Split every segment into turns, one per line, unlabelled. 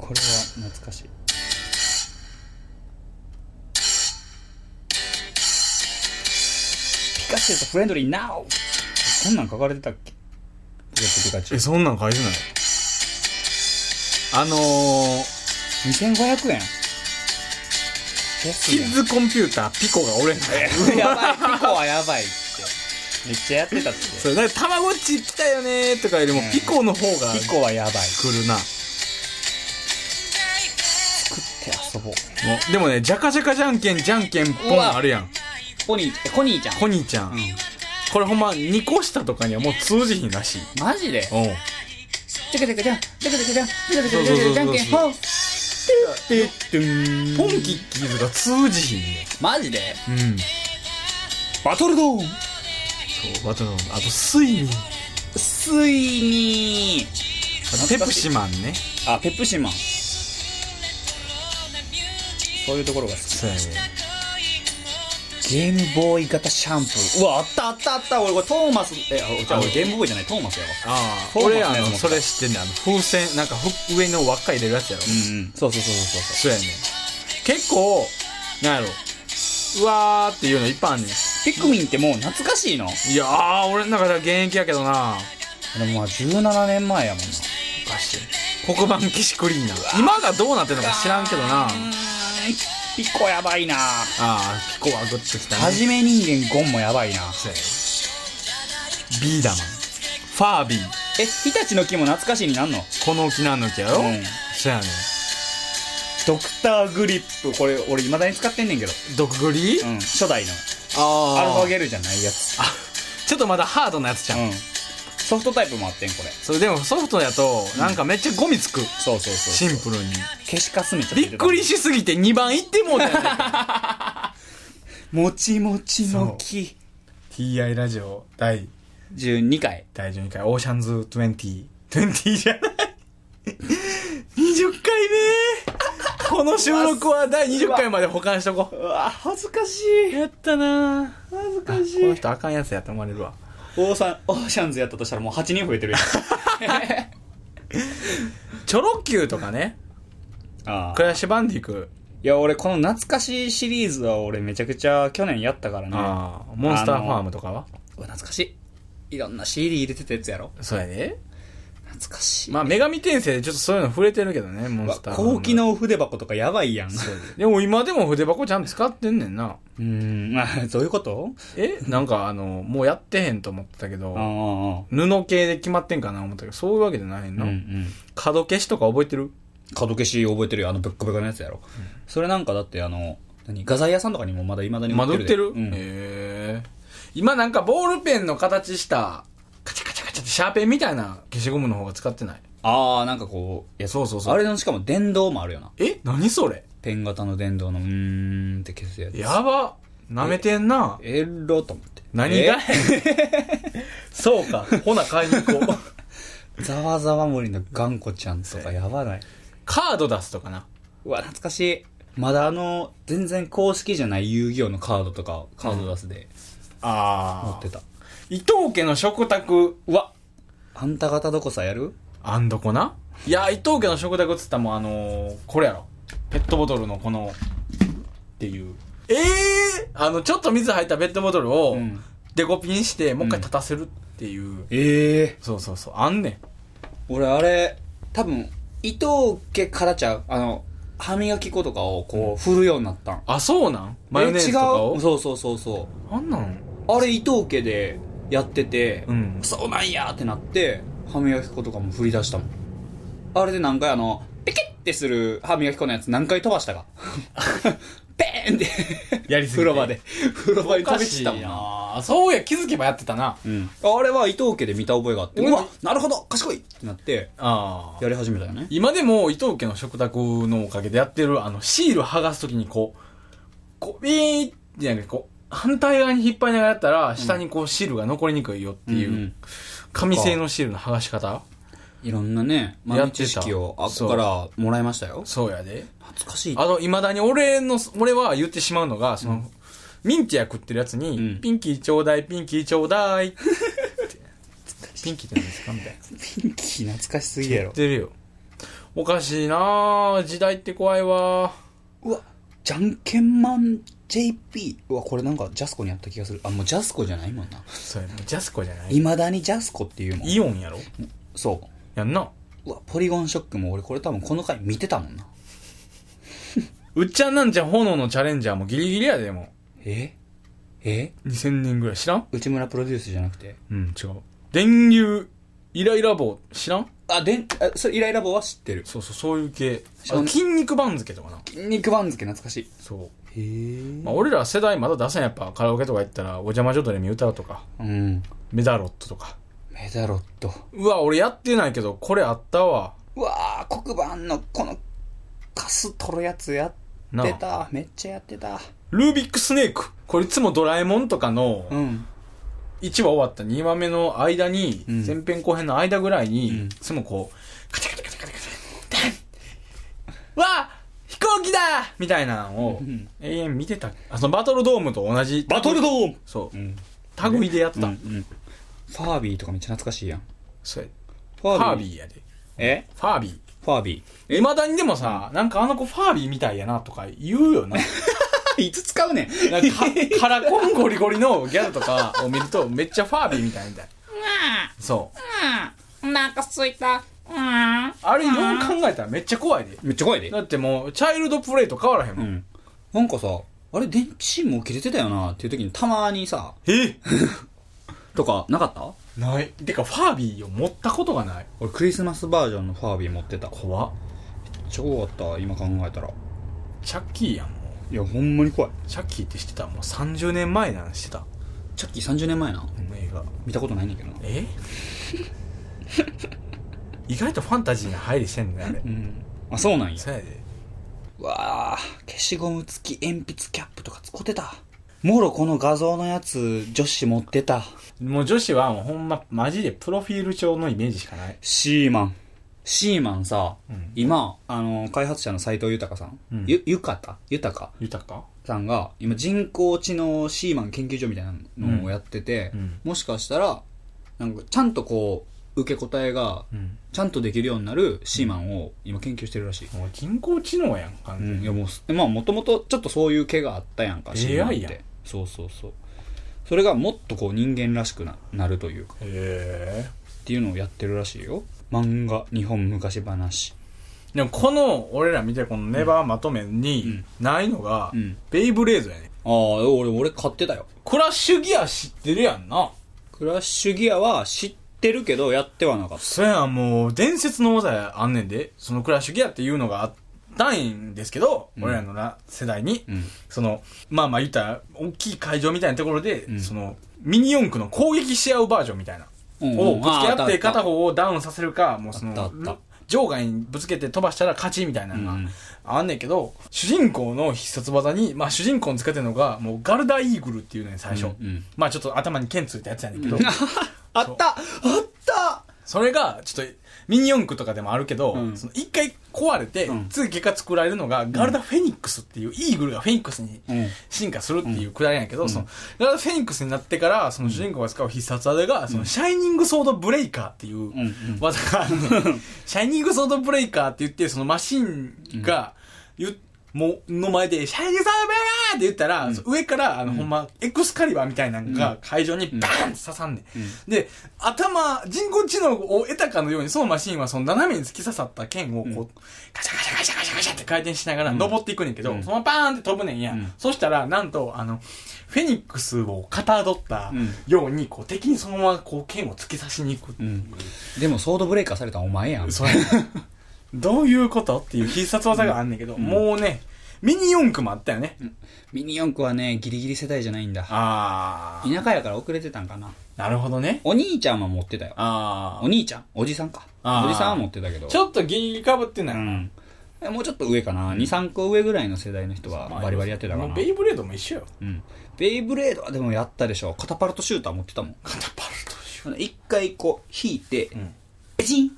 これは懐かしいピカチュウとフレンドリーナウこんなん書かれてたっけポケットピカチュ
え
ウ
そんなん書いてないあのー、
2500円安
キ
いや
ッズコンピューターピコがおれんから
んやばいピコはやばいってめっちゃやってたって
それだからたまごっち来たよねーとかよりも
うん
ピコの方が
ピコはやばい
来るな、
食って遊ぼう
もうでもねじゃかじゃかじゃんけんじゃんけんポ
う
ン
わ
あるやん
コニーコニーちゃん
コニーちゃん、
うん
これほんま2個下とかにはもう通じひんらしい
マジで
うん
じゃけじゃけじゃんじゃけじゃけじゃんじゃけじゃけ
そうそう
じゃん
そう
じゃんけんほん
でポンキッキーズが通じひんね
マジで
うん
バトルドーン
そうあとあとスイミー
ついに
あとペプシマンね
あペプシマンそういうところが好
そうやね
きゲームボーイ型シャンプーうわあったあったあった俺これトーマスえあじゃあ俺ゲームボーイじゃないトーマスやわ
ああ
そうなん
俺
や
あの
と思った
それ知ってんねんあの風船なんかふ上の輪っか入れるやつやろ、
うんうんそうそうそうそうそう
そうやねん結構なんやろうわーっていうのいっぱいあんねん
ピクミンってもう懐かしいの
いやー俺の中では現役やけどな
でもまあ17年前やもんな
おかしい黒板消しクリーナー今がどうなってるのか知らんけどな
う
あ
ーんピコやばいな
あーピコはグッときた
は
ね
じめ人間ゴンもやばいな
そうやねビーダマンファービー
え日立の木も懐かしいになんの
この沖縄の木や
う
ろ、
ん
そうやねん
ドクターグリップこれ俺いまだに使ってんねんけど、
毒グリ、
うん、初代の
あ
アルファ
ゲ
ゲルじゃないやつ
ちょっとまだハードなやつじゃん、
うんソフトタイプもあってんこれ
それでもソフトやとなんかめっちゃゴミつく、
そうそうそう
シンプルに
消しカスめちゃ
びっくりしすぎて2番いってもうたや ねん
もちもちの木
TI ラジオ第
12回
第12回オーシャンズ2020じゃない20回目この収録は第20回まで保管しとこ
うわ恥ずかし
う
い
やったなぁ
恥ず
あこ
かし
の
い
人あかんやつやと思われるわ
オーサンオーシャンズやったとしたらもう8人増えてるやん
チョロ Q とかね
あ
ク
あ
ラッシュバンディク
いや俺この懐かしいシリーズは俺めちゃくちゃ去年やったからね
ああモンスターファームとかは
うわ懐かしいいろんな CD 入れてたやつやろ
そうやで
懐かしい
まあ女神転生でちょっとそういうの触れてるけどねモンスターファーム
高機能筆箱とかやばいやんう
でも今でも筆箱ちゃんと使ってんねんな
ーんまあどういうこと
えなんかあのもうやってへんと思ってたけど
あああ
布系で決まってんかな思ったけどそういうわけじゃない
あ
の、
うんうん
角消しとか覚えてる
角消し覚えてるよあのブッカブカのやつやろ、それなんかだってあの何画材屋さんとかにもまだいまだに
まだ売ってる、
でうん
へえ今なんかボールペンの形したカチャカチャカチャってシャーペンみたいな消しゴムの方が使ってない
ああなんかこういや
そうそうそう
あれのしかも電動もあるよな
え何それ
ペン型の電動のうーんって消すやつ
やばなめてんな
えろと思って
何が
え
そうかほな買いに行こう
ざわざわ森の頑固ちゃんとかやばない
カード出すとかな
うわ懐かしいまだあの全然公式じゃない遊戯王のカードとかカード出すで持
あ
ってた、
伊藤家の食卓
うわあんた方どこさやる
あんどこないや伊藤家の食卓っつったらもうあのー、これやろペットボトルのこのっていうええあのちょっと水入ったペットボトルを
うん
デコピンしてもう一回立たせるっていう、
ええ
そうそうそうあんねん
俺あれ多分伊藤家からちゃうあの歯磨き粉とかをこう振るようになったん
あそうなんマヨネーズとか
え違う
を
そうそうそうそ
あんなん
うあれ伊藤家でやってて、
うん
そうなんやってなって歯磨き粉とかも振り出したもんあれで何回あのペキッてする歯磨き粉のやつ何回飛ばしたか ペーンって
やりす
風
ぎて
呂場で風呂場
お
に飛
か
び
し
散
い
ったもんな
なそうや気づけばやってたな
うん、あれは伊藤家で見た覚えがあって
うん
うわなるほど賢いってなって
ああ
やり始めたよね
今でも伊藤家の食卓のおかげでやってるあのシール剥がすときにこうこうビーンってやるこう反対側に引っ張りながらやったら下にこうシールが残りにくいよっていう、
うんうん
紙製のシールの剥がし方
いろんなね
やっ
豆
てた
知識をあっこからもらいましたよ
そうやで
懐かしい
あといまだに俺の俺は言ってしまうのがその、ミンティア食ってるやつに、
うん
ピンキーちょうだいピンキーちょうだいってピンキーって何ですかみたいな
ピンキー懐かしすぎや
言ってるよおかしいなあ時代って怖いわ
うわじゃんけんマン JP うわこれなんかジャスコにやった気がするあもうジャスコじゃないもんな
それもうジャスコじゃない
いまだにジャスコっていうもん
イオンやろ
そ
やんな
ううわポリゴンショックも俺これ多分この回見てたもんな
うっちゃんなんちゃん炎のチャレンジャーもギリギリやでも
ええ
う2000年ぐらい知らん
内村プロデュースじゃなくて
うん違う電流イライラ棒知らん
あでんあそれイライラ棒は知ってる
そうそうそういう系
知
あ
らん
の筋肉番付とかな
筋肉番付懐かし
そう
いへえ
まあ、俺ら世代まだ出せんやっぱカラオケとか行ったら「お邪魔女ドレミ歌う」とか
うん
「メダロット」とか
メダロット
うわ俺やってないけどこれあったわ
うわー黒板のこのカス取るやつやっ
な
て
あ
ためっちゃやってた
ルービックスネークこれいつもドラえもんとかの
うん
1話終わった2話目の間に、
うん
前編後編の間ぐらいに、
うん
いつもこうカチャカチャカチャカチャカチャダンわあ飛行機だみたいなのを
うん
永遠見てたあそのバトルドームと同じ
バトルドーム
そう
うん
類でやってた、
うんファービーとかめっちゃ懐かしいやん
それ
フ
フ
ァ
ァ
ー
ー
ビー
ビーやで
え
ファービー
ファービ
いまだにでもさ、なんかあの子ファービーみたいやなとか言うよな。
ーいつ使 うねん
なんかカカラコンゴリゴリのギャルとかを見るとめっちゃファービーみたいみたい。そう。
うん、お腹すいた。うん。
あれよう考えたらめっちゃ怖いで。
めっちゃ怖いで
だってもう、チャイルドプレイと変わらへん
う
もん。
んなんかさあれ電池もう切れてたよなっていう時にたまにさ
え
とかなかった
ない。てかファービーを持ったことがない。
俺クリスマスバージョンのファービー持ってためっ
怖っ。
ちゃ怖かった今考えたら
チャッキーやん、も。
いやほんまに怖いう
チャッキーって知ってたもう30年前なんしてた。
チャッキー30年前な
映画。
見たことないねんだけどな
え意外とファンタジーに入りしてんねあれ
う。んあそうなんや
そうやで。
わあ消しゴム付き鉛筆キャップとか使ってたもろこの画像のやつ女子持ってた
もう女子はもうほんま、マジでプロフィール帳のイメージしかない。
シーマンシーマンさ、
うん
今あの開発者の斎藤豊さん、
うん
ゆゆかた豊か
豊か
さんが今人工知能シーマン研究所みたいなのをやってて、
うん
もしかしたらなんかちゃんとこう受け答えが
うん。
ちゃんとできるようになるシーマンを今研究してるらしい、
もう人工知能やん、完
う
全
ん、い
に。
やもうすまあもともとちょっとそういう毛があったやんか
AI
シーマンって
やん
そうそうそうそれがもっとこう人間らしくななるというか
へ
っていうのをやってるらしいよ漫画日本昔話
え。でもこの、俺ら見てるこのネバーまとめに、ないのが、
うん
ベイブレードやね。
ああ俺俺買ってたよ
クラッシュギア知ってるやんな。
クラッシュギアは知ってるけどやってはなかった
そやん、もう、伝説の技やあんねんで。そのクラッシュギアっていうのがあったんですけど、
うん
俺らのな世代に。
うん
その、まあまあ言ったら、大きい会場みたいなところで、
ん
その、ミニ四駆の攻撃し合うバージョンみたいな。
うん
を
うん
ぶつけ
ああ
合
あ
って
たあた
片方をダウンさせるか、もうそ
あったあ
の
った、
場外にぶつけて飛ばしたら勝ちみたいなの
う
が
ん
あんねんけど、主人公の必殺技に、まあ主人公に使ってるのが、もうガルダイーグルっていうね、最初
うんうん。
まあちょっと頭に剣ついたやつやね んけど、
あったあった
それが、ちょっと、ミニ四駆とかでもあるけど
う、ん
その一回壊れて
うん、
次結果作られるのが、ガルダフェニックスっていう、イーグルがフェニックスに
うん
進化するっていうくだりなんやけど、その、ガルダフェニックスになってから、その主人公が使う必殺技が、その、シャイニングソードブレイカーっていう
うん
技があんねんシャイニングソードブレイカーって言って、そのマシンが、言うもう、の前で、シャイニングソードブレイカーって言ったら、その上から、あの、ほんま、エクスカリバーみたいなのが会場にバーンって刺さんねん。で、頭、人工知能を得たかのように、そのマシンはその斜めに突き刺さった剣をこう、ガシャガシャガシャガシャガシャって回転しながら登っていくねんけど、
うん
そのパーンって飛ぶねんや。
うん
そしたら、なんと、あの、フェニックスをかたどった
うん
ように、こう、敵にそのままこう、剣を突き刺しに行くって
う
いう。
んでもソードブレーカーされたんお前やん
そ うやねどういうことっていう必殺技があんねんけど、もうね、ミニ四駆もあったよね。
ミニ四駆はねギリギリ世代じゃないんだ
あー。
田舎やから遅れてたんかな
なるほどね。
お兄ちゃんは持ってたよ
あ
お兄ちゃんおじさんか
あー
おじさんは持ってたけど
ー。ちょっとギリギリかぶってな
う
い。
んえもうちょっと上かな23個上ぐらいの世代の人は
まあ
バリバリやってたか
も
な
うベイブレードも一緒よ。
うんベイブレードはでもやったでしょカタパルトシューター持ってたもん
カタパルト一緒。
あの一回こう引いて
ん
ペチ ン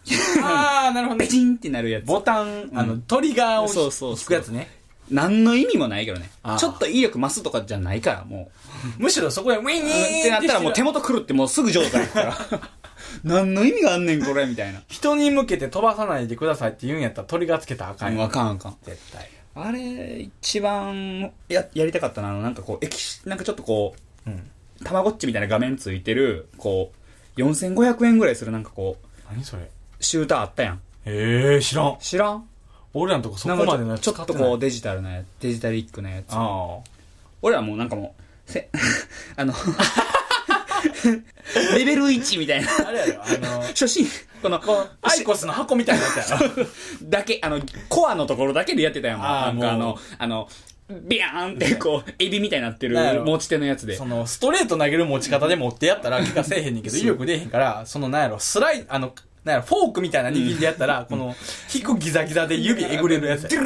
あー、なるほど
ペ
ね。
チンってなるやつ
ボタン、あの、トリガーをひ
そうそうそう
引くやつね。
何の意味もないけどね
あー
ちょっと威力増すとかじゃないからもう
むしろそこでウィーン
ってなったらもう手元狂ってもうすぐ上手になるから何の意味があんねんこれみたいな
人に向けて飛ばさないでくださいって言うんやったら鳥がつけたらあかん
うん
よ
あかんあかん
絶対
あれ一番ややりたかったなあのなんかこう液なんかちょっとこう
うん
たまごっちみたいな画面ついてるこう4500円ぐらいするなんかこう
何それ
シューターあったやん
ええ知らん
知らん
俺らのとこそこ
なんか
までのやつ
ちょ
使
っ
って
と
ない
こうデジタルなやつデジタリックなやつ
あ
俺らもうなんかもうせ あのレベル1みたいな
ああれやろあ の
初心この
アイコスの箱みたいなやつやろ
だけあのコアのところだけでやってたやんな
あー
んかあ
もう
のあのビャーンってこうエビみたいになってる
なんやろ
持ち手のやつで
そのストレート投げる持ち方で持ってやったら気がせえへんねんけど威力出えへんからそのなんやろスライあのなんやろフォークみたいな握りでやったら、この引くギザギザで指えぐれるやつや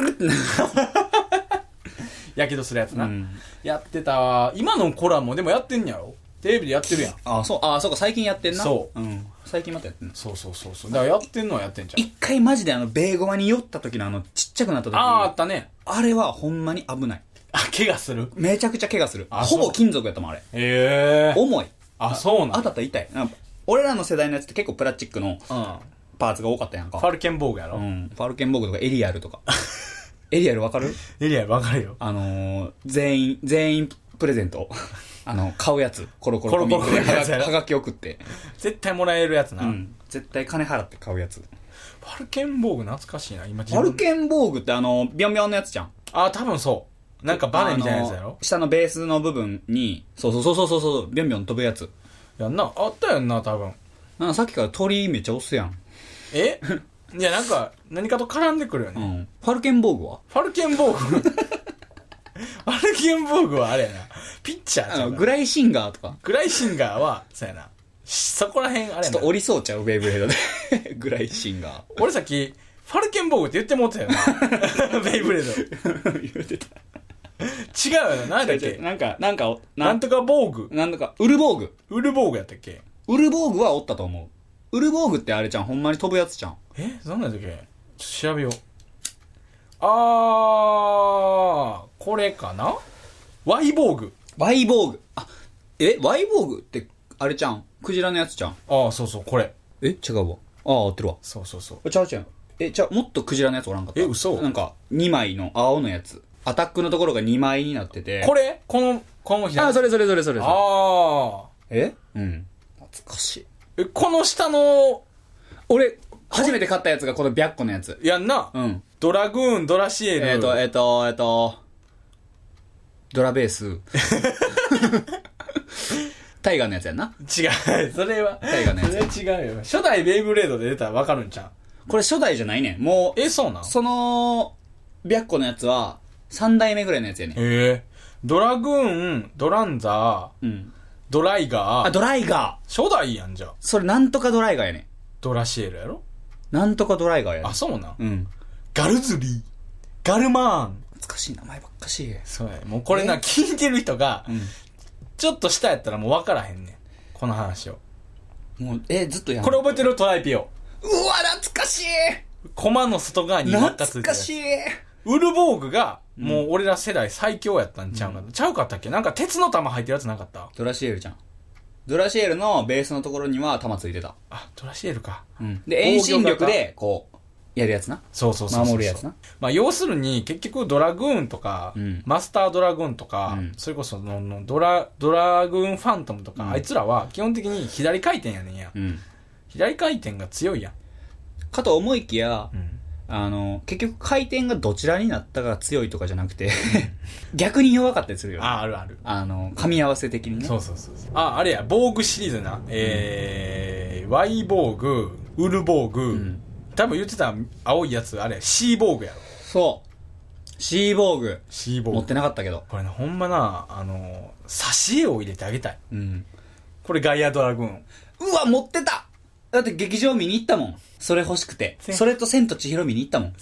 やけどするやつな、
うん
やってたわ今のコラもでもやってんやろテレビでやってるやん
あそうあそうか最近やってんな
そ
ん、最近またやってんの
そうそうそうそうだからやってんのはやってんじゃん
一回マジであのベーゴマに酔った時のあのちっちゃくなった時
ああーあ
あ
ったね
れはほんまに危ない
あ怪我する
めちゃくちゃ怪我する
あ
ほ
そ
ぼ
う
金属やったもんあれ
へえ
重い
あそうな
当
ん
たったら痛いなんか俺らの世代のやつって結構プラスチックの
うん
パーツが多かったやんか
ファルケンボーグやろ、
うん、ファルケンボーグとかエリアルとか エリアルわかる
エリアわかるよ
あのー、全員、全員プレゼント。 あの、買うやつ。コロコロ
コロコロ
コミックで
コロコロ
はがはがき送って。
絶対もらえるやつな、
うん。絶対金払って買うやつ。
ファルケンボーグ懐かしいな今自
ファ
分
ルケンボーグってあの、ビョンビョンのやつじゃん。
あ多分そうなんかバネみたいなやつや
あの
ろ
下のベースの部分に、そうそうそうそうそうそう、ビョンビョン飛ぶやつ。
やんなあったやんな多分
なんかさっきから鳥めっちゃ押すやん。
えいやなんか何かと絡んでくるよ
う
ね、
ん。ファルケンボーグは
ファルケン ボーグファルケンボーグはあれやなピッチャー
あ
ちゃ
の、
うな
グライシンガーとか。
グライシンガーはそうやなそこら辺あれや
ちょっ
な
と降りそうちゃう、ベイブレードで。 グライシンガ
俺さっきファルケンボーグって言ってもうたよ なベイブレード
ー。言うてた。
違うよな何だっけ
なんか、なんか、
な
なんん
とかボーグ
なんだか、ウルボーグ。
ウルボーグやったっけ
ウルボーグはおったと思う。ウルボーグってあれちゃん、ほんまに飛ぶやつじゃん。
え何だったっけちょっと調べようあーこれかなワイボーグ
ワイボーグ。あ、え、ワイボーグって、あれちゃん、クジラのやつじゃん。
ああそうそうこれ
え、違うわ。ああ、合ってるわ。
そうそうそう
あちゃうちゃう。え、ちゃう、もっとクジラのやつおらんかった。
え嘘
なんか、2枚の青のやつ。アタックのところが2枚になってて。
これこのこの左
あ、それそれそれそれそれ。
あ
えうん。懐かしい。
ーえこの下の
俺、初めて買ったやつがこの白子のやつ。
やんな、
うん。
ドラグーンドラシエル、
えっ、と、えっ、と、えっ、と、ドラベース。タイガーのやつやんな。
違うそれは
タイガーのやつ
それは違うよ初代ベイブレードで出たら分かるんちゃ
これ初代じゃないねんも
う
う、
えそうなん
その、白子のやつは、三代目ぐらいのやつやねん。
へえドラグーンドランザー
うん。
ドライガ
あ、
ー
ドライガー
初代やんじゃあ
それなんとかドライガーやねん。
ドラシエルやろ
なんとかドライガーやね
あそうなん
ん。うん。
ガルズリーガルマーン
懐かしい名前ばっかしい。
そうやもうこれな聞いてる人がちょっと下やったらもう分からへんねんこの話を
うん。もう、え、ずっとやん。
これ覚えてるトライピオ
うわ、懐かしい
コマの外側に輪っかつ
懐
いてる
かしい
ウルボーグがもう俺ら世代最強やったんちゃうか、ちゃうかったっけなんか鉄の玉入ってるやつなかった
ドラシエルじゃん。ドラシエルのベースのところには弾ついてた。
あドラシエルか
うん。で、遠心力で、こう、やるやつな。
そうそうそうそう
守るやつな。
まあ、要するに結局ドラグーンとか、
うん
マスタードラグーンとか、
うん
それこそののドラドラグーンファントムとか、
うん
あいつらは基本的に左回転やねんや、
うん。
左回転が強いやん、
かと思いきや、
うん
あの、結局回転がどちらになったが強いとかじゃなくて、 逆に弱かったりするよね。
ああるある、
あの、噛み合わせ的にね。
そうそうそうそうああれや防具シリーズな、えー、Y 防具ウル防具、
ん
多分言ってた青いやつあれや C 防具やろ
そう。シーボーグ。
C 防
持っ
具
てなかったけど。
これねほんまなあの挿絵を入れてあげたい
うん。
これガイアドラグーン
うわ、持ってただって劇場見に行ったもん。それ欲しくて。
せん
それと千と千尋見に行ったもん。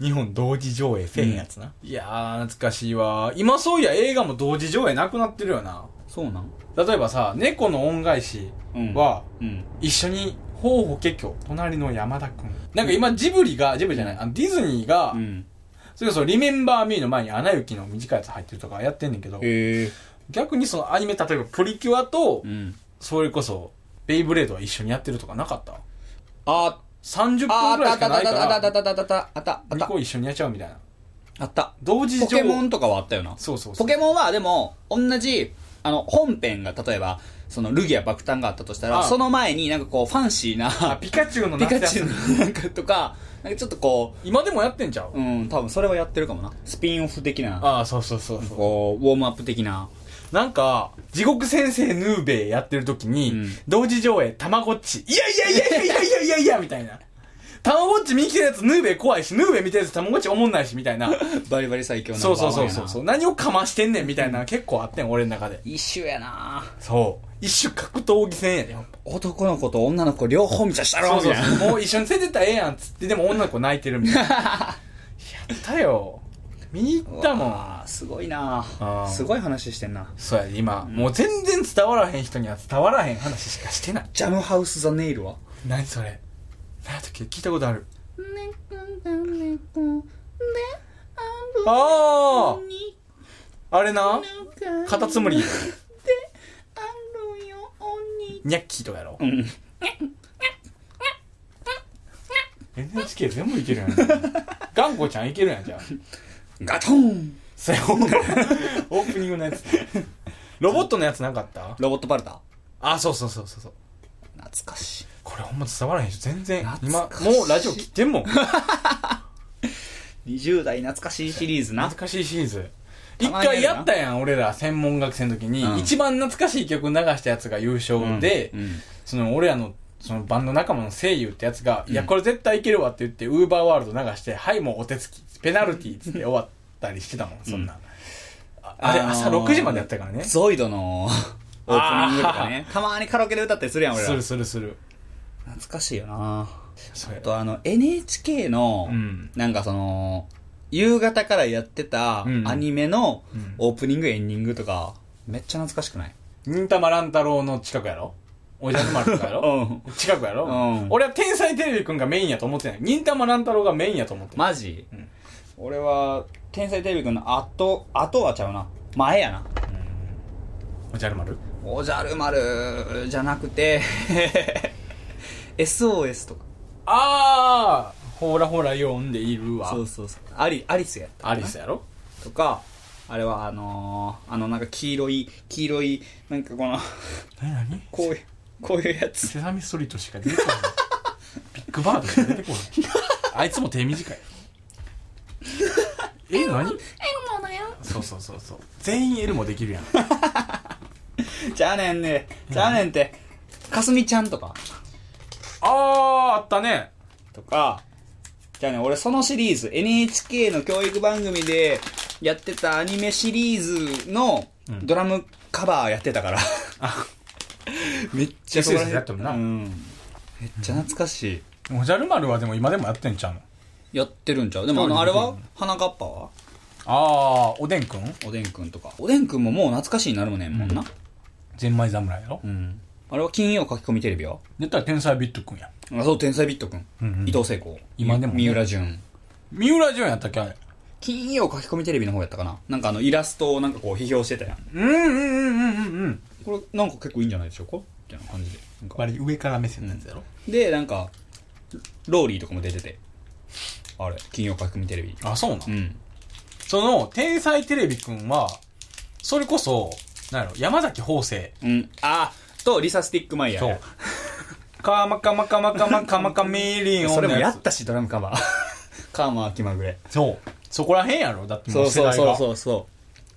日本同時上映せえへんやつな、いやー懐かしいわ今そういや映画も同時上映なくなってるよな
そうなん
例えばさ猫の恩返しは、
うん。
一緒に頬法華経隣の山田君なんか今ジブリがジブリじゃないあのディズニーが、
うん。
それこそ「リメンバー・ミー」の前に「アナ雪」の短いやつ入ってるとかやってんねんけど
へえ。
逆にそのアニメ例えば「プリキュア」と
うん。
それこそベイブレードは一緒にやってるとかなかった
あ、
30
あ
分
っ
ぐら
た
い
あっ
し
たあ
かな
っ
いか
たあったあっ
ら
たあったあったあったあっ
2
た
個一緒にやっちゃうみたいな
あった。
同時
ポ
上
ケモンとかはあったよな。
そうそうそう
ポケモンはでも、同じ、あの、本編が例えば、そのルギア爆誕があったとしたら、
あ
その前になんかこう、ファンシー な、
あピカチュウの
ピカ
夏休
チュ
み
ウのなんかとか、なんかちょっとこ
今でもやってんちゃう
う、うん、多分それはやってるかもな。スピンオフ的な、
ああそうそうそうそう
こう、ウォームアップ的な。
なんか地獄先生ヌーベイやってる時に、
うん
同時上映たまごっちいやいやいやいやいやいやいやいやみたいなたまごっち見切るやつヌーベイ怖いしヌーベイ見てるやつたまごっちおもんないしみたいな
バリバリ最強な。
そうそうそうそうそうう何をかましてんねんみたいな結構あってん俺の中で
一種やな
そう一種格闘技戦やで、ね、
男の子と女の子両方見ちゃしたろ
そう
みた
そ
いうな。
そうもう一緒に連れてったらええやんっつってでも女の子泣いてるみ たいなやったよ見に行ったもん
あー すごいな
あー
すごい話してんな。
そうやで今もう全然伝わらへん人には伝わらへん話しかしてない
ジャムハウス・ザ・ネイルは
何それ何やったっけ聞いたことあるあああれなカタツムリニャッキーとかやろ
うん
NHK 全部いけるやん ガンコちゃんいけるやんじゃあ
ガトン
そ れオープニングのやつロボットのやつなかった
ロボットパルタ
あそうそうそうそうそう
懐かしい。
これほんま伝わらへんし全然
懐
今
かしい
もうラジオ切ってんもん
20代懐かしいシリーズな。
懐かしいシリーズ
た
一
まにあるな
回やったやん俺ら専門学生の時に、
うん
一番懐かしい曲流したやつが優勝で、
うんうん
その俺らのそのバンド仲間の声優ってやつが、いやこれ絶対いけるわって言ってウーバーワールド流してはいもうお手つきペナルティーっつって終わったりしてたもんそんな、ああれ
あのー
朝6時までやったからね、
ゾイドの オープニングとかね。たまにカラオケで歌ったりするやん、俺
す
ら
る。するする
懐かしいよな
それ
あとあの、NHK の、
うん
なんかその、夕方からやってた
うん
アニメの
うん
オープニング、エンディングとか、めっちゃ懐かしくない
忍たま乱太郎の近くやろおじゃる丸とかやろ、
うん。
近くやろ、
うん
俺は天才テレビくんがメインやと思ってない忍たま乱太郎がメインやと思ってない、
マジ、
うん
俺は、天才テレビくんの後、後はちゃうな。前やな。
おじゃる丸
おじゃる丸じゃなくて、SOS とか。
ああほらほら読んでいるわ
そうそうそう。アリ、アリスやった。
アリスやろ
とか、あれはあのー、あのなんか黄色い、黄色い、なんか この、
何何
こういう、こういうやつ。
セサミストリートしか出てこ ないビッグバードしか出てこないあいつも手 短いえ何そうそうそうそう全員 L もできるやん
ちゃうねんね。ちゃうねんって。かすみちゃんとか。
あああったね
とか、じゃあね、俺そのシリーズ、NHK の教育番組でやってたアニメシリーズの
うん
ドラムカバーやってたから。 めっちゃ
SS やったもんな
うん。めっちゃ懐かしい。
おじゃる丸はでも今でもやってんちゃうの
やってるんちゃうでもあの、あれは花かっぱは
ああおでんくん
おでんくんとか。おでんくんももう懐かしいになるねんもんな。
ゼンマイ侍やろ
うん。あれは金曜書き込みテレビよ。
出たら天才ビットくんや
あ、そう、天才ビットくん。
うんうん
伊藤聖子。
今でもね
三浦淳。
三浦淳やったっけあれ
金曜書き込みテレビの方やったかななんかあのイラストをなんかこう批評してたやん。
うんうんうんうんうん
これなんか結構いいんじゃないでしょうかみたいな感じで。なんか
割り上から目線のやつやろ、
で、なんか、ローリーとかも出てて。あれ、金曜書き込みテレビ。
あそうなん、
うん。
その天才テレビくんはそれこそなんやろ山崎邦生
うん。あ、と、リサスティックマイヤー
そ
や
う。カマカマカマカマカマカメリオンのつ
それもやったし、ドラムカバー。 カーマー気まぐれ。
そうそこらへんやろだっても
そうう
世
そう
代
そう
が
そうそ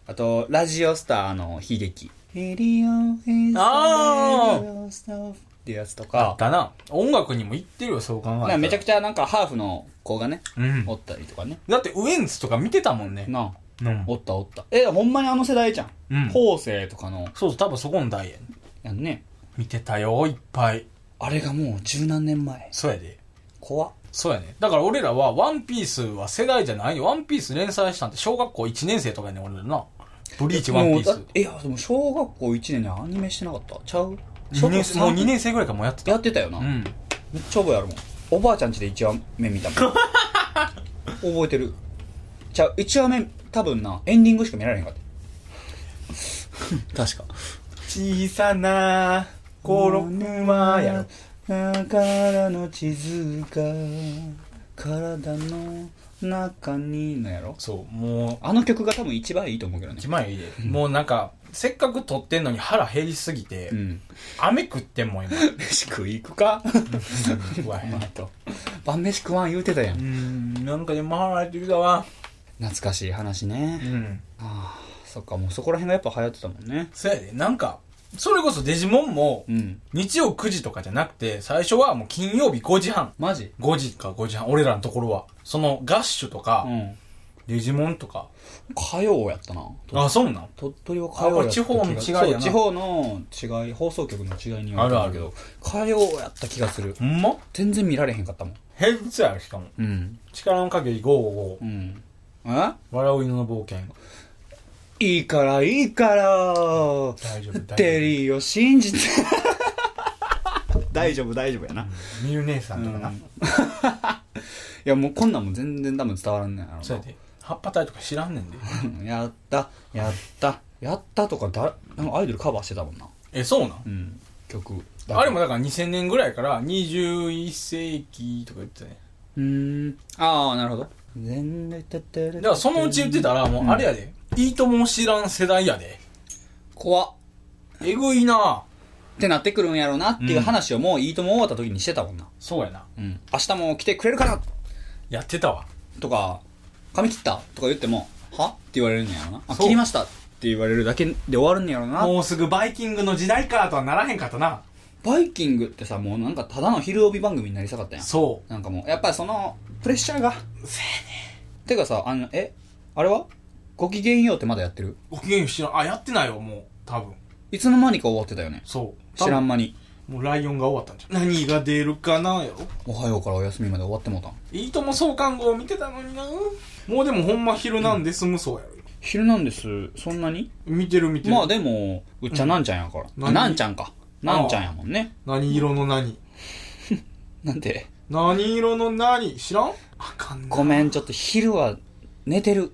う。あと、ラジオスターの悲劇。ヘリオンヘイ
あ
オ
ー
スターっていうやつと
あっ
か。
たな音楽にも行ってるよそう考えた
なん
ら
かめちゃくちゃなんかハーフの子がね、
うん
おったりとかね。
だってウエンツとか見てたもんね
なあ。
うん
おったおった。え、ほんまにあの世代じゃん。
うん
後世とかの、
そうそう多分そこの代やん
やんね。
見てたよいっぱい
あれがもう十何年前。
そうやで
怖っ。
そうやねだから俺らはワンピースは世代じゃないよワンピース連載したんて小学校1年生とかやねん俺らなブリーチワンピー
もう
ス
だいや、でも小学校1年でアニメしてなかったちゃう
二年
小
もう
学校
2年生ぐらいからもうやってた
やってたよな。
うん
めっちゃ覚えあるもんおばあちゃんちで1話目見たも ん覚えてるじゃあ1話目多分なエンディングしか見られへんかった確か
小さなコロンはやろ
からの地図が体の中にのやろ
そうも
あの曲が多分一番いいと思うけど
う
ね
一枚いいでもうなんかせっかく撮ってんのに腹減りすぎて、
うん
雨食ってんもん今
飯食い行くか
うわ
あの後晩飯食わん言うてたや
うんんなんかでも腹減ってきたわ
懐かしい話ね、
うん
ああそっかもうそこら辺がやっぱ流行ってたもんね
そうやでなんかそれこそデジモンも
うん
日曜9時とかじゃなくて最初はもう金曜日5時半
マジ
5時か5時半俺らのところはそのガッシュとか、
うん
デジモンとか
火曜やったな
あそうなん
鳥取は火曜やった気が
あこれ地方の違いや
そう
な
地方の違い放送局の違いによるんだけど火曜やった気がする
ほんま
全然見られへんかったもん
平日やしかも
うん
力の限り555
うんえ
笑う犬の冒険
いいからいいから
大丈夫大
テ
丈
リーを信じて 大丈夫大丈夫やな、い
夫ミル姉さんとかな、
やもうこんなんも全然多分伝わらんねんやろな
そうやで葉っぱ隊とか知らんねんで
やったやったやったとかだなんかアイドルカバーしてたもんな
えそうなん
うん曲
あれもだから2000年ぐらいから21世紀とか言ってたね
うーんああなるほど全然たって
だからそのうち言ってたらもうあれやで、いいとも知らん世代やで
怖っ
えぐいな
ってなってくるんやろうなっていう話をもういいとも終わった時にしてたもんな、
そうやな
うん、明日も来てくれるかな
やってたわ
とか髪切ったとか言ってもはって言われるんやろうなあ
そう
切りましたって言われるだけで終わるんやろうな
もうすぐバイキングの時代かとはならへんかったな
バイキングってさもうなんかただの昼帯番組になりさかったやん
そ
なんかもうやっぱりそのプレッシャーがせえねてかさあのえあれはごきげんようってまだやってる
うご機嫌よう知らんあやってないよもう多分
いつの間にか終わってたよね
そう
知らん間に
もうライオンが終わったんじゃん何が出るかなやろ
おはようからお休みまで終わってもうたん
いいとも創刊号見てたのになもうでもほんま昼なんで済むそうやろ、
昼なんですそんなに
見てる見てる、
まあでもうっちゃなんちゃんやから、
うん
あなんちゃんかなんちゃんやもんね
何色の何
なんて
何色の何知らんあかんな
ごめんちょっと昼は寝て る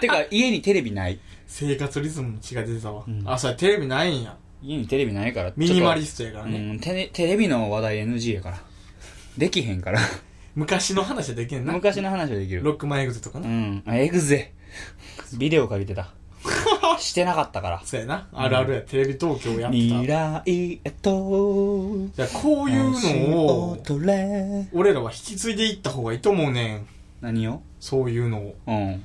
てか家にテレビない
生活リズムの血が出てたわ、
ん
あそうやテレビないんや
家にテレビないから
ミニマリ
ス
ストやから
ト、
ね、
うん、テレテレビの話題 NG やからできへん から
昔の話はできんな
昔の話はできる
ロックマンエグゼとかな、
うん、エグゼ。ビデオ借りて た。してなかったから。
そうやなあるあるや、テレビ東京やってた
未来へと、
じゃあこういうのを
取れ。
俺らは引き継いでいった方がいいと思うねん
何を
そういうのを
うん。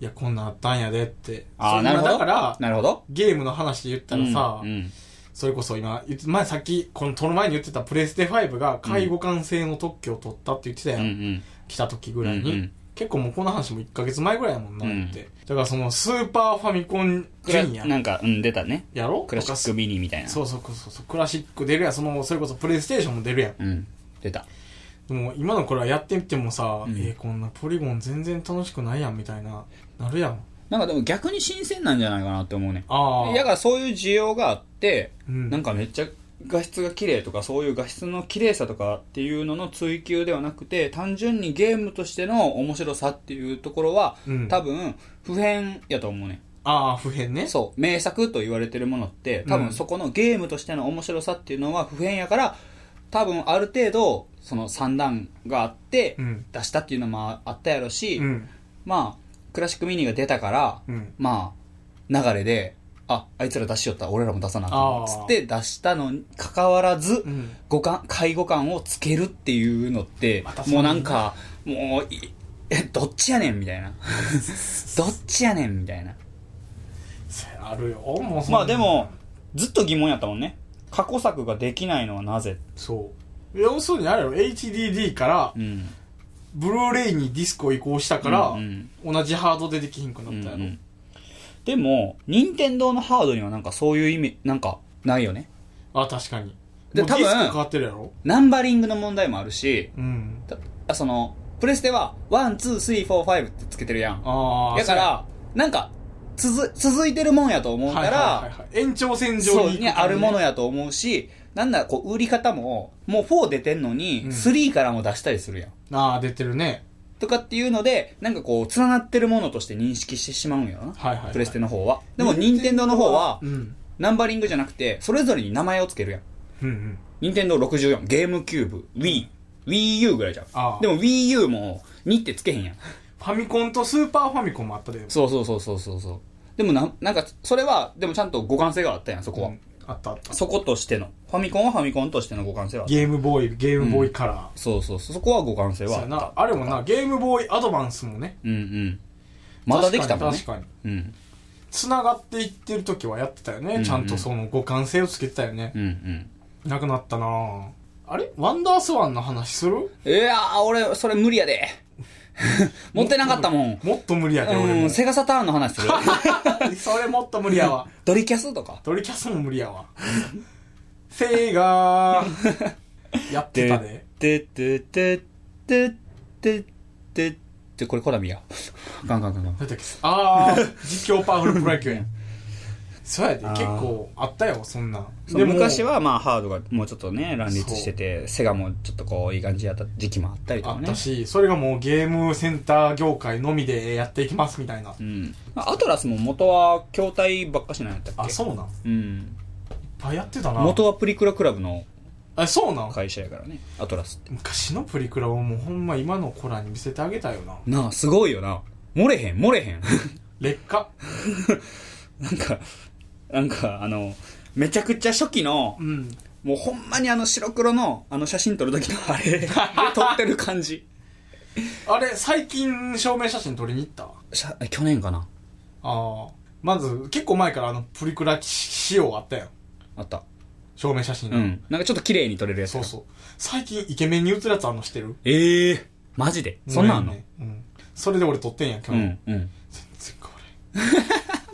いやこんなんあったんやでって
あ
そ
あ、
んな
なるほど。
だから
なるほど。
ゲームの話で言ったらさ、
うんうん
それこそ今言って前さっきこの撮る前に言ってたプレステ5が介護官制の特許を取ったって言ってたや、
うんん
来た時ぐらいに、
うんうん
結構もうこの話も1ヶ月前ぐらいやもんな
うん
って、だからそのスーパーファミコン
ク
ジ
ラ
ュニア
なんか、うん、出たね。
やろ
クラシックミニみたいな。
そうそうそうそうクラシック出るやんそのそれこそプレイステーションも出るやん
うん。出た。
でも今の頃はやってみてもさ、
うん
えーこんなポリゴン全然楽しくないやんみたいななるやん
なんかでも逆に新鮮なんじゃないかなって思うね。
ああ
だからそういう需要があって、
うん
なんかめっちゃ画質が綺麗とかそういう画質の綺麗さとかっていうのの追求ではなくて単純にゲームとしての面白さっていうところは、
うん
多分普遍やと思うね
ああ普遍ね
そう名作と言われてるものって多
うん
分そこのゲームとしての面白さっていうのは普遍やから多分ある程度その三段があって
うん
出したっていうのもあったやろし、
うん
まあクラシックミニが出たから、
うん
まあ、流れで、あ、あいつら出しよったら俺らも出さなあか
あ
ん。
ー
つって出したのに関わらず、
うん
互換、介護感をつけるっていうのって
また、そう
もうなんか、もうい、え、どっちやねんみたい な。どっちやねんみたいな。
せあるよもうそんな
まあでも、ずっと疑問やったもんね。過去作ができないのはなぜ
そう要するにあれやろ HDD から
うん。
ブルーレイにディスコ移行したから、
うん
同じハードでできひんくな
うん
ったやろ、
うんでも、任天堂のハードにはなんかそういう意味、なんか、ないよね。
あ確かに
で
もうディ
多分
スク変わってるやろ
ナンバリングの問題もあるし、
うん
だそのプレステはワンツースリーフォーファイブってつけてるやん
ああ
だからなんか続続いてるもんやと思う
は
か
いはいはい
ら
はい延長線上
そう
に行く感じ
に
ね
あるものやと思うしなんだこう売り方ももう4出てんのに
うん
3からも出したりするやん、
ああ出てるね
とかっていうのでなんかこうつながってるものとして認識してしまうんやろな、
はいはいはい
プレステの方はでも任天堂の方は
うん
ナンバリングじゃなくてそれぞれに名前をつけるやん
うんうん。
任天堂64ゲームキューブ WiiWiiU ぐらいじゃん
ああ
でも WiiU も2ってつけへんやん
ファミコンとスーパーファミコンもあったで。
そうそうそうそうそうそうでもなんなんかそれはでもちゃんと互換性があったやんそこは、
うんあったあった。
そことしてのファミコンはファミコンとしての互換性はあった
ゲームボーイ、ゲームボーイカラー。
そうそうそうそこは互換性
そう
はあ
や
った
な。あれもな、ゲームボーイアドバンスもね。
うんうんまだできたもんね
確かに。確かに
うん
繋がっていってる時はやってたよね。
うん
ちゃんとその互換性をつけてたよね。
うんうん
なくなったなぁあれワンダースワンの話する
いやー俺それ無理やで持ってなかったもん
もっと無理やで、俺
う
も
ん。セガサターンの話する
それもっと無理やわ。
ドリキャスとか
ドリキャスも無理やわ。セーガー。 やってたで。
てててててててこれコナミやあかんあかんあかんあかん
なんだっけあー、実況パワフルプロ野球やん。そうやで、
あー
結構あったよ、そんなん。
そう
でも
昔、はまあハードがもうちょっとね乱立しててセガもちょっとこういい感じやった時期もあったりと
あ
か
っ
ね
たし、それがもうゲームセンター業界のみでやっていきますみたいな
う。んアトラスも元は筐体ばっかしなんやったっけ
あ、そうなん。いっ
うん
ぱいやってたな。
元はプリクラクラブの
あ、そうなん。
会社やからねアトラスって
昔のプリクラをもうほんま今の子らに見せてあげたよな。
なあすごいよな漏れへん漏れへん
劣化。
なんかなんかあのめちゃくちゃ初期の
うん。
もうほんまにあの白黒のあの写真撮る時のあ れで撮ってる感じ
あれ、最近証明写真撮りに行った
しゃ去年かな
ああ。まず、結構前からあの、プリクラ仕様あったやん。
あった
証明写真の
うんなんかちょっと綺麗に撮れるやつ
そうそう。最近イケメンに映るやつあんのしてる
ええー、マジでそんなんあんの、
ねうん。それで俺撮ってんやん、去
うん
年。
うん
全然変わ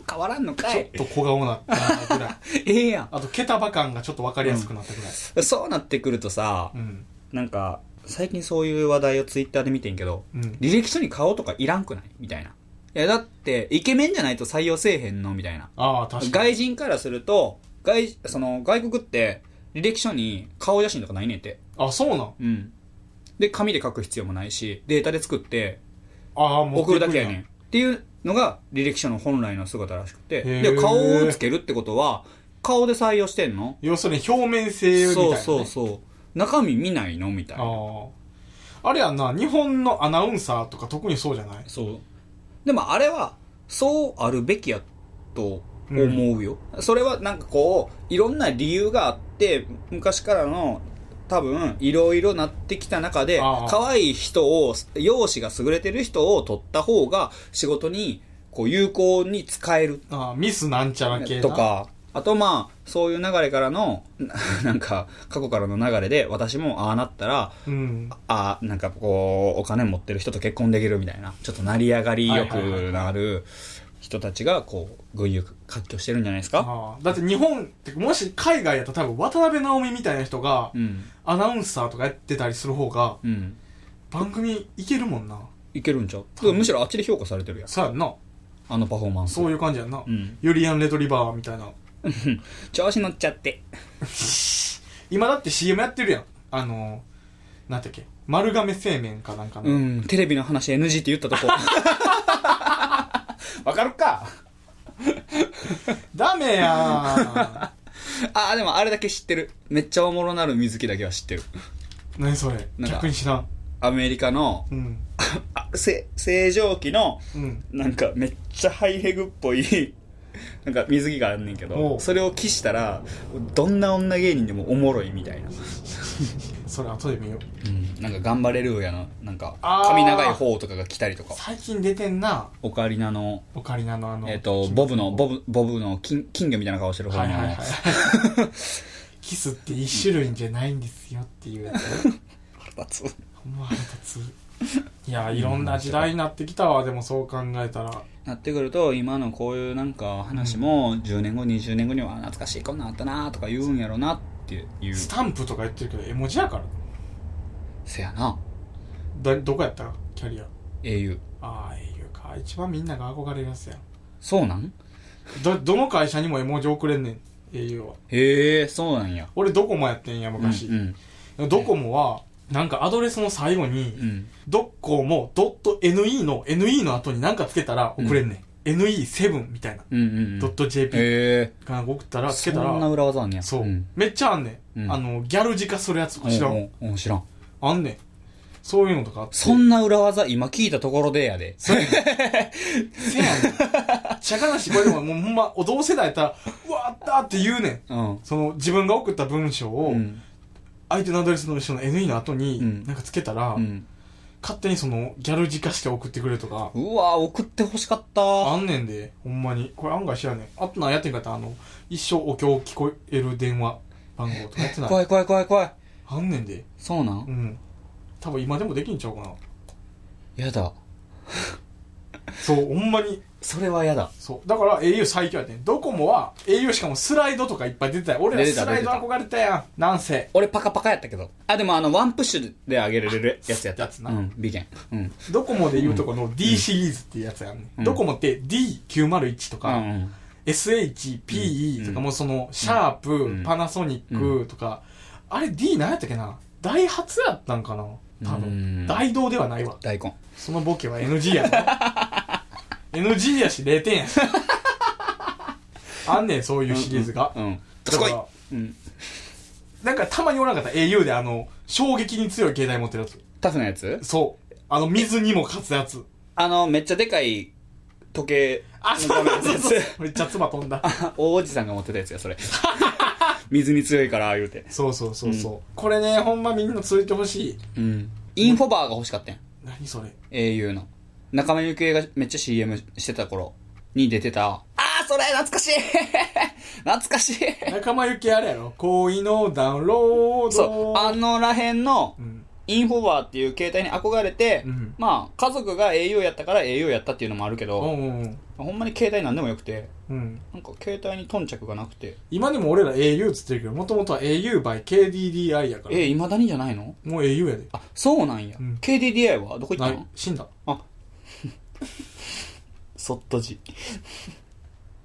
変わらんのから
ん
い
ちょっと小顔なったぐらい。
ええや
あと、毛束感がちょっとわかりやすくなったぐらい。
んそうなってくるとさ
うん。
なんか最近そういう話題をツイッターで見てんけど、
うん
履歴書に顔とかいらんくないみたいないやだってイケメンじゃないと採用せえへんのみたいな
ああ、確かに。
外人からすると外その外国って履歴書に顔写真とかないねんて
あ、そうなん。
うんで紙で書く必要もないしデータで作って
ああ、もう。
送るだけやねん。っていうのが履歴書の本来の姿らしくて
へー
で顔をつけるってことは顔で採用してんの
要するに表面性みたい
そ
な、
う
ね。
そうそう中身見ないのみたいな
ああ。あれやんな、日本のアナウンサーとか特にそうじゃない
そうでもあれはそうあるべきやと思うよ、それはなんかこういろんな理由があって昔からの多分いろいろなってきた中で
ああ
可愛い人を容姿が優れてる人を取った方が仕事にこう有効に使える
ああ、ミスなんちゃら系な
と。か、あとまあ、そういう流れからの、 ななんか、過去からの流れで、私もああなったら、
うん。
ああ、なんかこう、お金持ってる人と結婚できるみたいな、ちょっと成り上がりよ
はいはいはいは
くなる人たちが、こう、群雄割拠してるんじゃないですか
ああだって日本ってもし海外やったら多分渡辺直美みたいな人が
うん。
アナウンサーとかやってたりする方が
うん。
番組いけるもんない
けるんちゃうだからむしろあっちで評価されてるやん。
そうやんな
あのパフォーマンス。
そういう感じやんな、
うん。
ユリアン・レトリバーみたいな
調子乗っちゃって。
今だって CM やってるやんあのー、なんてっけ丸亀製麺かなんかの、
うん。テレビの話 NG って言ったとこ。 わかるか
ダ メや
ああ、でもあれだけ知ってる。めっちゃおもろなる水木だけは知ってる。
ー何それ
なんか
逆に知らん
アメリカの
うん
あせ正常期の
うん
なんかめっちゃハイヘグっぽい なんか水着があんねんけ
お
ど
う
それを着したらどんな女芸人でもおもろいみたいな、
それ後で見よう
うん、なんか頑張れるやのなんか
あー
髪長い方とかが来たりとか
最近出てんな
オカリナの
オカリナのあの
えっ、とボブのボブボブの金金魚みたいな顔してる方
はい
の、
はいはい キスって一種類じゃないんですよっていうやつ
腹立つ
ほんま腹立ついやいろんな時代になってきたわでもそう考えたら
なってくると今のこういうなんか話も10年後20年後には懐かしいこんなんあったなとか言うんやろなっていう
スタンプとか言ってるけど絵文字やから
せやな
だどこやったキャリア
英雄
ああ英雄か一番みんなが憧れるやつやん
そうなん
どどの会社にも絵文字送れんねん英雄は
へえそうなんや
俺ドコモやってんや昔、
うん
ドコモはなんかアドレスの最後に、
うん
ドッコモドット NE の NE の後に何かつけたら送れんねん、 NE7 みたいな、
うんうんうん。
ドット JP
へ
かなんか送ったら、
え。
つけ
そ
た
んな
ら、
裏技あんねや。
そう、
ん
めっちゃあんねん。
うん
あの、ギャル字化するやつとか知ら。
うんんうんうん知らん。
あんねん。そういうのとかあって。
そんな裏技今聞いたところでやで。
せやねん。しゃかなし、これでも、もうほんま、お同世代やったら、うわあったーって言うねん。
うん。
その、自分が送った文章を、
うん。
相手のアドレスの後ろの NE の後に、
うん
なんかつけたら、
うん。
勝手にその、ギャル字化して送ってくれるとか、
うわ送ってほしかった。
あんねんで、ほんまに。これ案外知らんねん。あとなんやってんかったらあの、一生お経を聞こえる電話番号とかやってな
怖
い。
い怖い怖い怖い。
あんねんで。
そうなん
うん。多分今でもできんちゃうかな。
やだ。
そう、ほんまに。
それはやだ。
そう。だから au 最強やってん。ドコモは au しかもスライドとかいっぱい出てたよ。俺ら
出てた
スライド
出て
憧れたやん。なんせ。
俺パカパカやったけど。あ、でもあの、ワンプッシュで上げれるやつやった。
やつな
うん、美ンうん。
ドコモで言うとこの D シリーズっていうやつやんね、
うん
ドコモって D901 と
う
か、
ん。
SHPE とか
うん
もうその、シャープ、
ん
パナソニックとか、あれ D 何やったっけなダイハツやったんかな多
うん
分。大道ではないわ。
大根。
そのボケは NG やな。NG やし0点やし。 あんねん、そういうシリーズが。
うん。
だ
す
か
ごい
ら
うん。
なんかたまにおらんかった au であの、衝撃に強い携帯持ってるやつ。
タフなやつ
そう。あの、水にも勝つやつ。
あの、めっちゃでかい時計。
あ、そうそうそうそう
やつ。
めっちゃ唾飛んだ。
大おじさんが持ってたやつや、それ。 水に強いから、言うて。
そうそうそうそう、これね、ほんまみんな続いてほしい。
うん。インフォバーが欲しかったんや。
何それ。
au の。中間由紀恵がめっちゃ CM してた頃に出てた。あー、それ懐かしい 懐かしい
仲間由紀あれやろ恋のダウンロー
そ
ド。
う、あのらへんの
う、ん。
インフォバーっていう携帯に憧れて、
うん
まあ、家族が au やったから au やったっていうのもあるけ
う
ど、
んうんうん。
ほんまに携帯なんでもよくて、
うん。
なんか携帯に頓着がなくて、
今でも俺ら au っつってるけど、もともとは au by KDDI やから。
え、未だにじゃないの
もう au やで。
あ、そうなんや。
うん
KDDI はどこ行っ
な
た
い
の。
死んだ。
そっとじ。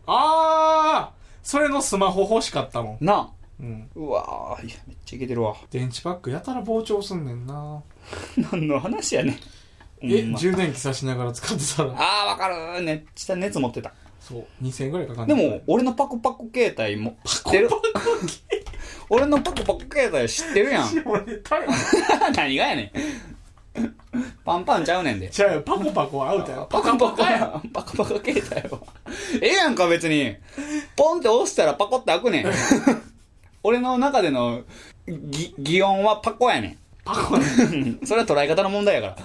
あーそれのスマホ欲しかったもん。
なあ。
うん。
うわーいや、めっちゃいけてるわ。
電池パックやたら膨張すんねんな。
何の話やねん。
え、
ほんま
充電器さしながら使ってたら。
あー、わかるー。ね、下熱持ってた。
そう。2000円ぐらいかかん
で
ねん
も、、俺のパコパコ携帯も 知ってる。俺のパコパコ携帯知ってるやん。
下ネタや ん。
何がやねん。 パンパンちゃうねんで。
じゃあ、パコパコアウトやろ。
パコパコやん。パコパコ携帯は。 ええやんか、別に。ポンって押したらパコって開くね ん。俺の中でのぎ擬音はパコやね
パコやん。
ん。 それは捉え方の問題やから。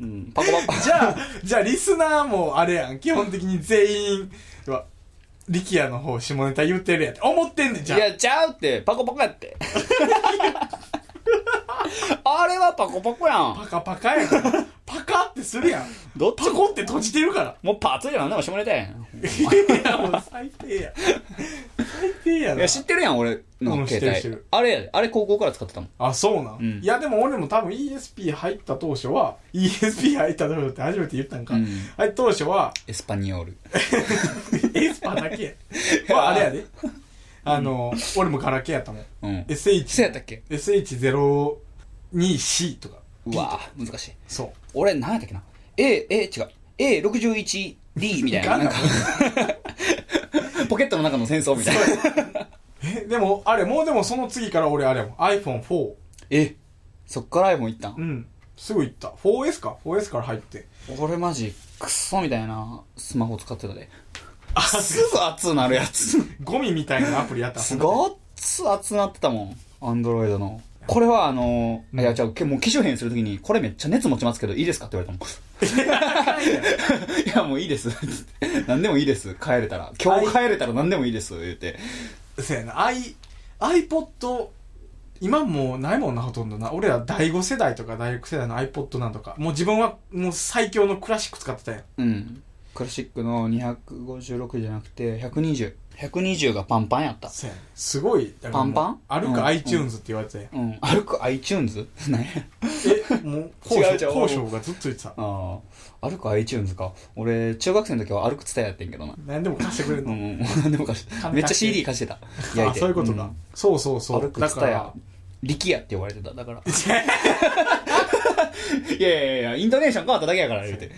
うん、パコパコ。
じゃあ、じゃあリスナーもあれやん。基本的に全員は、力也の方下ネタ言ってるやん。思ってんねん、
い
じゃあ。
や、ちゃうって、パコパコや って。あれはパコパコやん。
パカパカやから。パカってするやん。
どっち
パコって閉じてるから。
もうパーツじゃなんでもしてもらいたいやん。
いや、もう最低や。最低や
い
な
や、。知ってるやん、俺
うん
の
知って
携
る
帯。
知ってる
あれやで、あれ高校から使ってたもん。
あ、そうなん。
ん
いや、でも俺も多分 ESP 入った当初は、ESP 入った当初って初めて言ったんか。
うん
あれ当初は、
エスパニオール。
エスパーだけや。はあれやで。あの、俺もガラケーやったもん。
うん。
SH。
そうやったっけ
SH02C とか。
うわぁ、難しい。
そう。
俺、何やったっけな ?A、A、違う。A61D みたいな。
ガン
なん
ダ
か
ム、
ポケットの中の戦争みたいな。
え、でも、あれ、もうでもその次から俺あれやもん。iPhone4。
え、そっから iPhone 行った
うんん。すぐ行った。4S か ?4S から入って。
俺マジ、クソみたいなスマホ使ってたで。
あ、
すぐ熱なるやつ。
ゴミみたいなアプリやっ た。
すごっつ熱なってたもん。アンドロイドの。これはあのー、いや、じゃあ、けもう機種変するときに、これめっちゃ熱持ちますけど、いいですかって言われたもん。いや、もういいです。 何でもいいです。帰れたら。今日帰れたら何でもいいです。言うて。
そうやな。i、iPod、今もうないもんな、ほとんどな。俺ら第5世代とか第6世代の iPod なんとか。もう自分はもう最強のクラシック使ってたやん。
うん。クラシックの256じゃなくて、120。120がパンパンやった。
そうやんすごい。だからもう
パンパン
歩
う
く
ん
iTunes って言われてたやん。
うん。歩く iTunes? 何や
え、もう、高
違う違
所、
う
高所がずっと言ってた。
ああ。歩く iTunes か。俺、中学生の時は歩くツタヤやってんけどな。
何でも貸してくれる
う
の。
ん。 何でも貸して。めっちゃ CD 貸してた。焼い
あ、
て
そういうことか。
ん
そうそうそう。
歩く
だ
ツ
か
タヤ
ら。。
力也って呼ばれてた。だ から。いやいやいや、イントネーション変わっただけやから、言うて。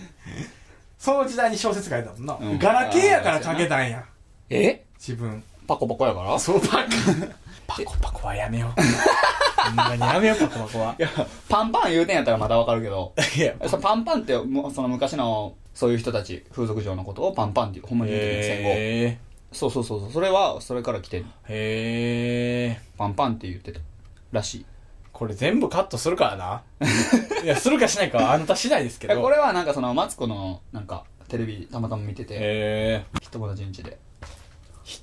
その時代に小説書いたもんな、
うん
ガラケーやから書けたんや
え
自分
パコパコやから
そうパコ パコパコはやめようほんまにやめ ようパコパコはい
や、パンパン言うてんやったらまだわかるけど。
いや
そのパンパンって、もうその昔の、そういう人たち、風俗嬢のことをパンパンって、ほんまに言うてる戦後。
へ
そうそうそうそう。それは、それから来てる。
えへえ
パンパンって言ってた。らしい。
これ全部カットするから ないやするかしないかはあなた次第ですけ
え
ど
これはなんかその、マツコの、なんか、テレビたまたま見てて、
へえ
友達ん家で。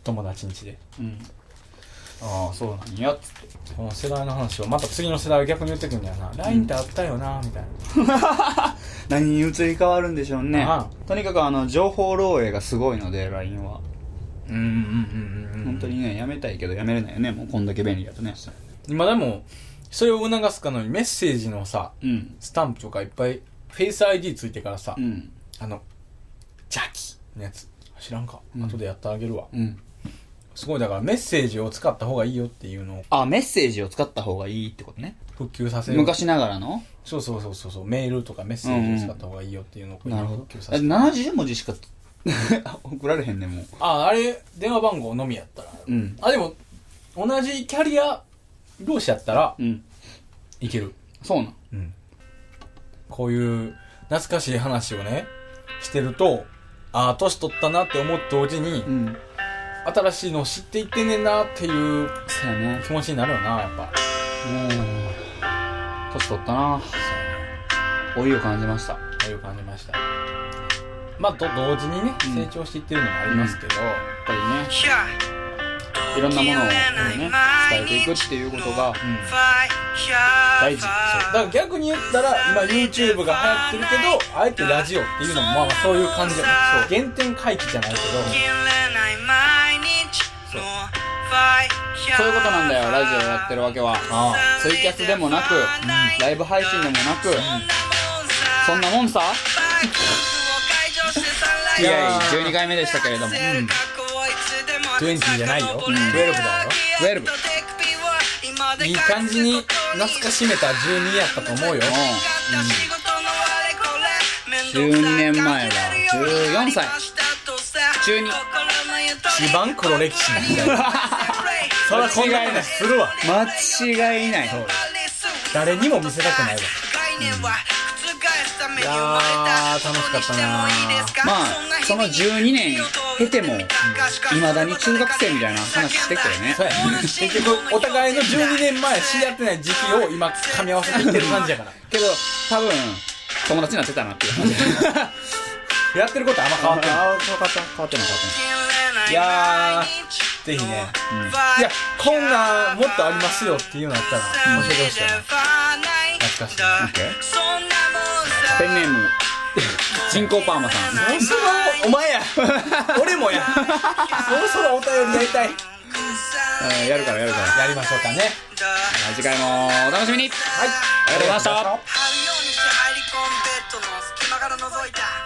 友達んちで
うん。ああ、そうなんや、つって。
この世代の話をまた次の世代は逆に言ってくんだよな LINE ってあったよなみたいな
何に移り変わるんでしょうね
あ
とにかくあの、情報漏洩がすごいので、LINE は。
うんうんうんうん
本当にね、やめたいけどやめれないよね。もうこんだけ便利だとね。
今でもそれを促すかのようにメッセージのさ
うん。
スタンプとかいっぱいフェイス ID ついてからさ、
うん。
あの邪気のやつ知らんか、
うん
後でやってあげるわ
うん。
すごいだからメッセージを使った方がいいよっていうのを
あ、メッセージを使った方がいいってことね。
復旧させる
昔ながらの
そうそうそうそうそうメールとかメッセージを使った方がいいよっていうのをこう復旧させる
70文字しか 送られへんねもう。
ああれ電話番号のみやったら
うん。
あでも同じキャリア同士やったら
うん。
いける
そうなん。
うん、こういう懐かしい話をねしてるとああ年取ったなって思うと同時に、
ん。
新しいのを知っていってんねんなっていう
そうやね。
気持ちになるよなやっぱ
もう、年取ったな老いを感じました。
そういう感じましたまあと同時にね、
うん
成長していってるのもありますけど、
やっぱりね、いろんなものをね、伝えていくっていうことが、
うん
大事。
だから逆に言ったら今 YouTube が流行ってるけどあえてラジオっていうのもまあまあそういう感じだねそう原点回帰じゃないけど
そういうことなんだよ、ラジオやってるわけは。
ああ
ツイキャスでもなく、ライブ配信でもなく、そん なもんさ
イ
イエイ
エイ
12回目でしたけれども、
うん、
20じゃないよ
うん
12だよいい感じに懐かしめた12やったと思うよ
うん
12年前は14歳中二
一番黒歴史みたい なそらこんな話するわ
間違いない
誰にも見せたくないわ
うん、い
やー楽しかったな
まあその12年経てもいまだに中学生みたいな話してっけどね
そうやね結局お互いの12年前知り合ってない時期を今噛み合わせていってる感じやから
けど多分友達になってたなっていう 感じ
やってることあんま変わってない
あ変わった変わってない変わっ
い
や
や
ーぜひね
うん、
い
い
や
や
こ
こ
ん
ん
な
なん
も
も
っ
っ
と
と
あ
あ
り
り
ま
ますす
よ
よ
っていうのあったら
教
教え
えて
てほし
ほし
い
い
よ
よ
ね
ね
た ペンネーム人工パーマさん
そろそろお前や俺もや そろそろお便りやりたい
うんやるからやるから
やりましょうかね
次回もお楽しみに
はい
ありがとうございました
張るようにして入り込むベッドの隙間から覗いた